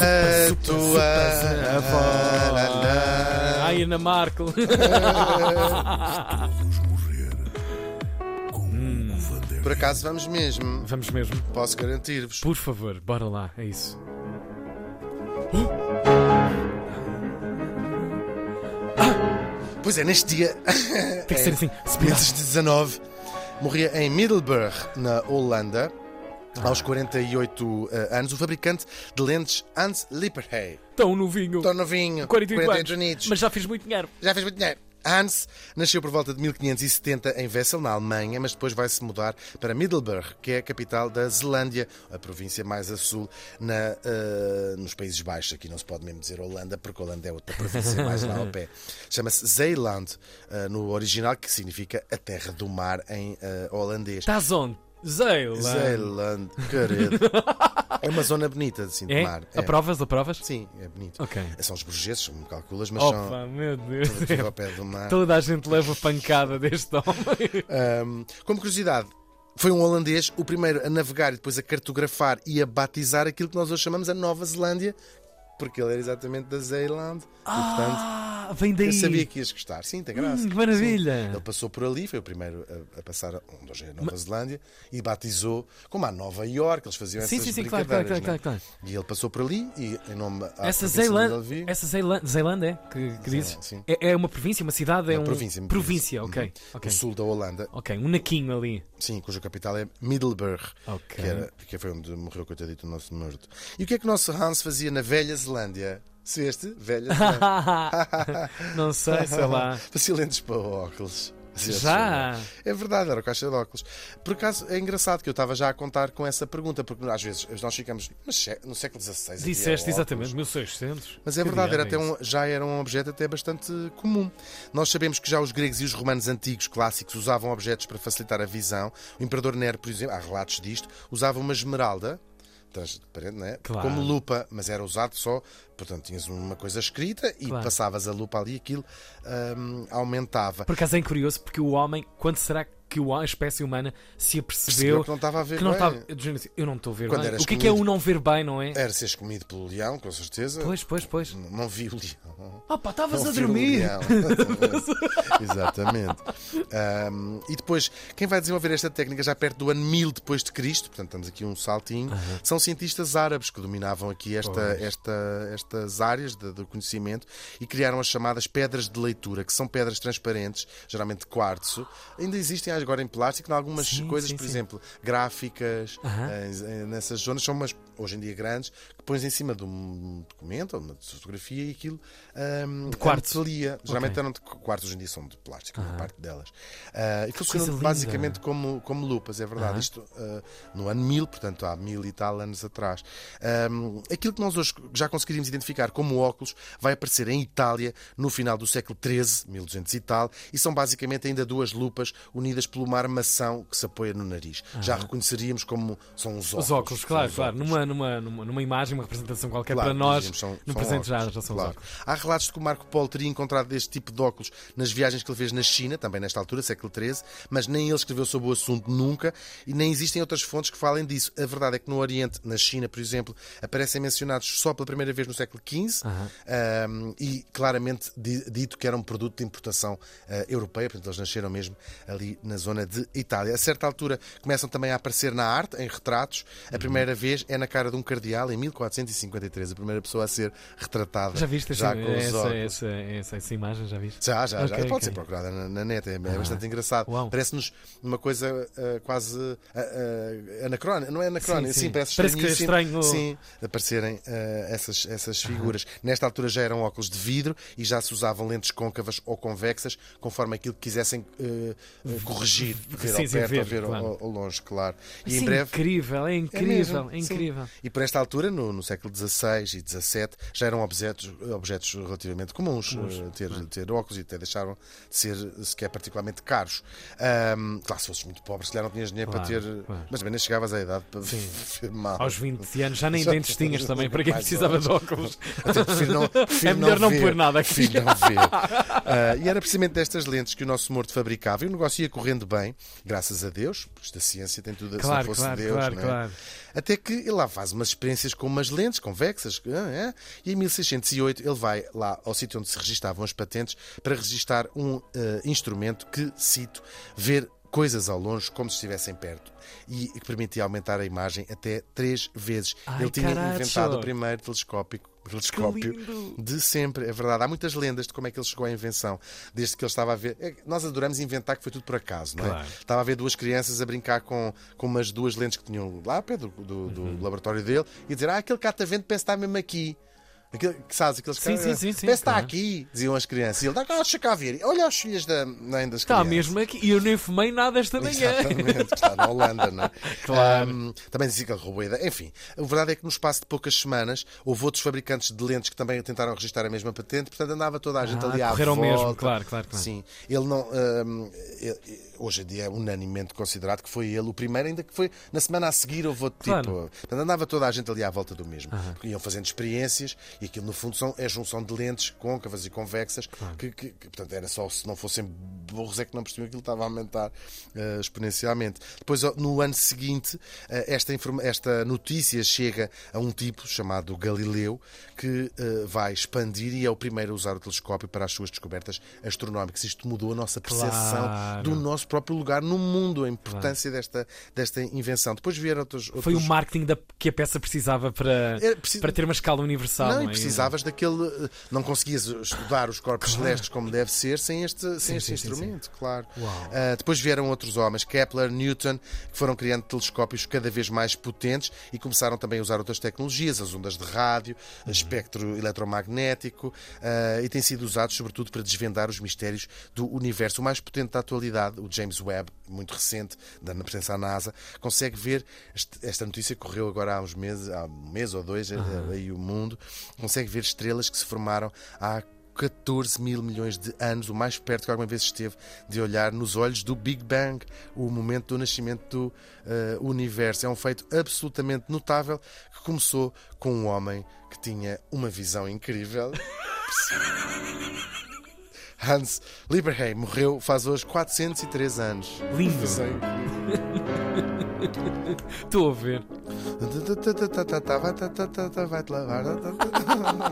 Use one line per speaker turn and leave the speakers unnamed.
A tua avó.
Ai, Ana Marco.
Vamos morrer com o Van Der
Por acaso vamos mesmo,
Vamos mesmo.
posso garantir-vos.
Por favor, bora lá, é isso.
Pois é, neste dia, É.
Tem que ser assim. Speed.
1919, morria em Middelburg, na Holanda, aos 48 eh, anos, o fabricante de lentes Hans Lipperhey.
Tão novinho.
Estou novinho,
48, anos.
anos.
Mas já fiz muito dinheiro.
Já fez muito dinheiro. Hans nasceu por volta de 1570 em Wessel, na Alemanha, mas depois vai se mudar para Middelburg, que é a capital da Zelândia, a província mais a sul na, eh, nos Países Baixos. Aqui não se pode mesmo dizer Holanda, porque Holanda é outra província mais lá ao pé. Chama-se Zeeland, eh, no original, que significa a terra do mar em eh, holandês.
Estás onde? Zeila.
Zeeland, querido. É uma zona bonita assim, de
É?
mar. É.
Aprovas, aprovas?
Sim, é bonito.
Ok.
São os burgueses, como calculas, mas são
Opa, meu Deus.
tudo ao pé do mar.
Toda a gente leva pancada deste homem.
Um, como curiosidade, foi um holandês o primeiro a navegar e depois a cartografar e a batizar aquilo que nós hoje chamamos a Nova Zelândia, porque ele era exatamente da Zeeland. e, portanto,
Ah, vem daí.
eu sabia que ias gostar. Sim, tem graça.
Hum, que maravilha.
Sim. Ele passou por ali, foi o primeiro a, a passar onde hoje é a Nova Zelândia e batizou como a Nova York. Eles faziam
Sim,
essas
sim, sim, claro,
brincadeiras.
claro, claro,
não é?
claro,
E ele passou por ali e em nome à
Essa
província onde
Zeilândia,
ele vive-
essa Zeilândia, Zeilândia é? Que, que dizes?
Sim.
É, é uma província, uma cidade, é
Não,
um
província, uma
província, ok,
Uhum.
ok,
No sul da Holanda,
ok, um naquinho ali.
sim, cuja capital é Middelburg.
Ok.
que, era, que foi onde morreu, coitadito, o nosso morto. E o que é que o nosso Hans fazia na Velha Zelândia? Se este? Velha Zelândia.
Não sei, sei lá.
Fazia lentes para óculos. Fazia
Já?
assim, não é? É verdade, era o caixa de óculos. Por acaso, é engraçado que eu estava já a contar com essa pergunta, porque às vezes nós ficamos. Mas sé- no século XVI. havia
Disseste
um óculos.
exatamente 1600.
Mas é
Que
verdade, era
diabo
até
é
um, já era um objeto até bastante comum. Nós sabemos que já os gregos e os romanos antigos clássicos usavam objetos para facilitar a visão. O imperador Nero, por exemplo, há relatos disto, usava uma esmeralda transparente, não é?
Claro.
como lupa, mas era usado só, portanto, tinhas uma coisa escrita e
Claro.
passavas a lupa ali e aquilo hum, aumentava.
Por acaso é curioso porque o homem, quando será que o- a espécie humana se apercebeu
Percebeu que não estava a ver
que não
bem.
estava. Eu digo assim, Eu não estou a ver
Quando
bem.
eras
O que é, que é o
comido.
não ver bem, não é?
Era seres comido pelo leão, com certeza.
Pois, pois, pois.
Não, não vi o leão.
Ah, pá, estavas
Não é.
a
vi o
dormir.
leão. Exatamente. Ahm, e depois, quem vai desenvolver esta técnica já perto do ano 1000 depois de Cristo, portanto, estamos aqui um saltinho, são cientistas árabes que dominavam aqui esta, esta- estas áreas de- do conhecimento e criaram as chamadas pedras de leitura, que são pedras transparentes, geralmente de quartzo. Ainda existem agora em plástico, em algumas
Sim,
coisas,
sim,
por
sim.
exemplo, gráficas, eh,
Aham.
em- em- nessas zonas, são umas, hoje em dia, grandes, que pões em cima de um documento ou de uma fotografia e aquilo. ahm,
quartzo.
Lia. Geralmente
Ok.
eram de quartos, hoje em dia são de plástico, uma parte delas. Ah, e
coisa
funcionam
linda.
basicamente como, como lupas, é verdade.
Aham.
Isto ah, no ano 1000, portanto há mil e tal anos atrás. Ahm, aquilo que nós hoje já conseguiríamos identificar como óculos vai aparecer em Itália no final do século XIII, 1200 e tal, e são basicamente ainda duas lupas unidas por uma armação que se apoia no nariz. Já reconheceríamos como são os óculos.
Os óculos, claro,
São os
claro.
óculos.
Numa, numa, numa, numa imagem, uma representação qualquer
Claro,
para nós,
dizemos, são-
no
são
presente já,
óculos,
já são os
claro.
óculos.
Há relatos de que o Marco Polo teria encontrado este tipo de óculos nas viagens que ele fez na China, também nesta altura, século XIII, mas nem ele escreveu sobre o assunto nunca e nem existem outras fontes que falem disso. A verdade é que no Oriente, na China, por exemplo, aparecem mencionados só pela primeira vez no século XV ahm, e claramente di- dito que era um produto de importação ah, europeia, portanto eles nasceram mesmo ali na zona de Itália. A certa altura começam também a aparecer na arte, em retratos. A primeira vez é na cara de um cardeal, em 1453, a primeira pessoa a ser retratada.
Já viste essa,
já com os
essa,
óculos.
essa, essa, essa imagem? Já viste?
Já, já, já.
Ok,
Pode
ok. Ah,
ser procurada na, na net, é, é bastante engraçado.
Uau.
Parece-nos uma coisa ah, quase anacrónica, não é anacrónica,
Sim,
sim,
sim.
parece,
Parece que é
estranhíssimo,
estranho.
Sim, aparecerem ah, essas, essas figuras. Nesta altura já eram óculos de vidro e já se usavam lentes côncavas ou convexas, conforme aquilo que quisessem ah, ah, corrigir, ver
Sim, sim,
ao perto
ver,
ou ver ao-
claro.
ao, ao longe, claro. E
Isso
em
é
breve.
incrível, é
É
incrível,
mesmo,
é
sim.
incrível.
E por esta altura, no, no século XVI e XVII, já eram objetos, objetos relativamente comuns, eh, ter,
é?
ter óculos e até deixaram de ser sequer particularmente caros. Ahm, claro, se fosses muito pobre, se calhar não tinhas dinheiro para
Claro,
ter.
claro.
Mas também nem chegavas à idade para ver mal.
Aos 20 anos já nem
Já-
dentes tinhas também, para quem
Mais
precisava
ou
de óculos.
Até prefiro não, prefiro
É melhor não
ver.
pôr nada aqui.
Prefiro não ver. Ah, e era precisamente destas lentes que o nosso morto fabricava e o negócio ia correndo correndo bem, graças a Deus, porque isto da ciência tem tudo a se não
Claro,
fosse
claro,
Deus.
claro,
não é?
claro.
Até que ele lá faz umas experiências com umas lentes convexas. ah, ah, E em 1608 ele vai lá ao sítio onde se registavam as patentes para registar um eh, instrumento que, cito, ver coisas ao longe como se estivessem perto e que permitia aumentar a imagem até três vezes.
Ai,
ele tinha
caraço!
inventado o primeiro telescópico. Telescópio
lindo!
de sempre, é verdade. Há muitas lendas de como é que ele chegou à invenção, desde que ele estava a ver. é que Nós adoramos inventar que foi tudo por acaso, não é?
Claro.
Estava a ver duas crianças a brincar com, com umas duas lentes que tinham lá ao pé do, do- do
Uhum.
laboratório dele e dizer: Ah, aquele catavento parece estar mesmo aqui. Aquele, que sabes, aqueles
Sim,
caras,
sim, sim, sim,
Parece estar
claro.
aqui, diziam as crianças. E ele, ah, deixa cá ver. Olha as filhas da, mãe das
Está Tá
crianças.
mesmo aqui. E eu nem fumei nada esta manhã.
Exatamente, que está na Holanda, não é?
Claro.
Ahm, também dizia que ele roubou a ideia. Enfim, a verdade é que no espaço de poucas semanas houve outros fabricantes de lentes que também tentaram registrar a mesma patente, portanto andava toda a gente
Ah,
ali à
correram
volta.
mesmo, claro, claro, claro.
Sim, ele não. ahm, ele- hoje em dia é unanimemente considerado que foi ele o primeiro, ainda que foi na semana a seguir houve outro
Claro.
tipo. Portanto andava toda a gente ali à volta do mesmo. Porque iam fazendo experiências e aquilo no fundo são, é a junção de lentes côncavas e convexas, que, que- que, portanto era só se não fossem burros é que não percebiam que aquilo estava a aumentar eh, exponencialmente. Depois, ó, no ano seguinte, eh, esta, informa- esta notícia chega a um tipo chamado Galileu, que eh, vai expandir e é o primeiro a usar o telescópio para as suas descobertas astronómicas. Isto mudou a nossa percepção
Claro.
do nosso próprio lugar no mundo, a importância desta, desta invenção. Depois vieram outros. outros...
Foi um o marketing da- que a peça precisava para,
Era preciso-
para ter uma escala universal.
Não, e
é?
precisavas daquele. eh, Não conseguias estudar os corpos celestes como deve ser sem este, sem
sim,
este
sim,
instrumento, claro.
Uau.
Ah, depois vieram outros homens, Kepler, Newton, que foram criando telescópios cada vez mais potentes e começaram também a usar outras tecnologias, as ondas de rádio, espectro eletromagnético, ah, e têm sido usados sobretudo para desvendar os mistérios do universo. O mais potente da atualidade, o James Webb, muito recente, dando presença à NASA, consegue ver. este- Esta notícia correu agora há uns meses, há um mês ou dois, eh, aí o mundo, consegue ver estrelas que se formaram há 14 mil milhões de anos, o mais perto que alguma vez esteve de olhar nos olhos do Big Bang, o momento do nascimento do eh, universo. É um feito absolutamente notável que começou com um homem que tinha uma visão incrível. Hans Lieberheim morreu faz hoje 403 anos.
Lindo.
Visão incrível.
Estou a ver.
Vai-te lavar.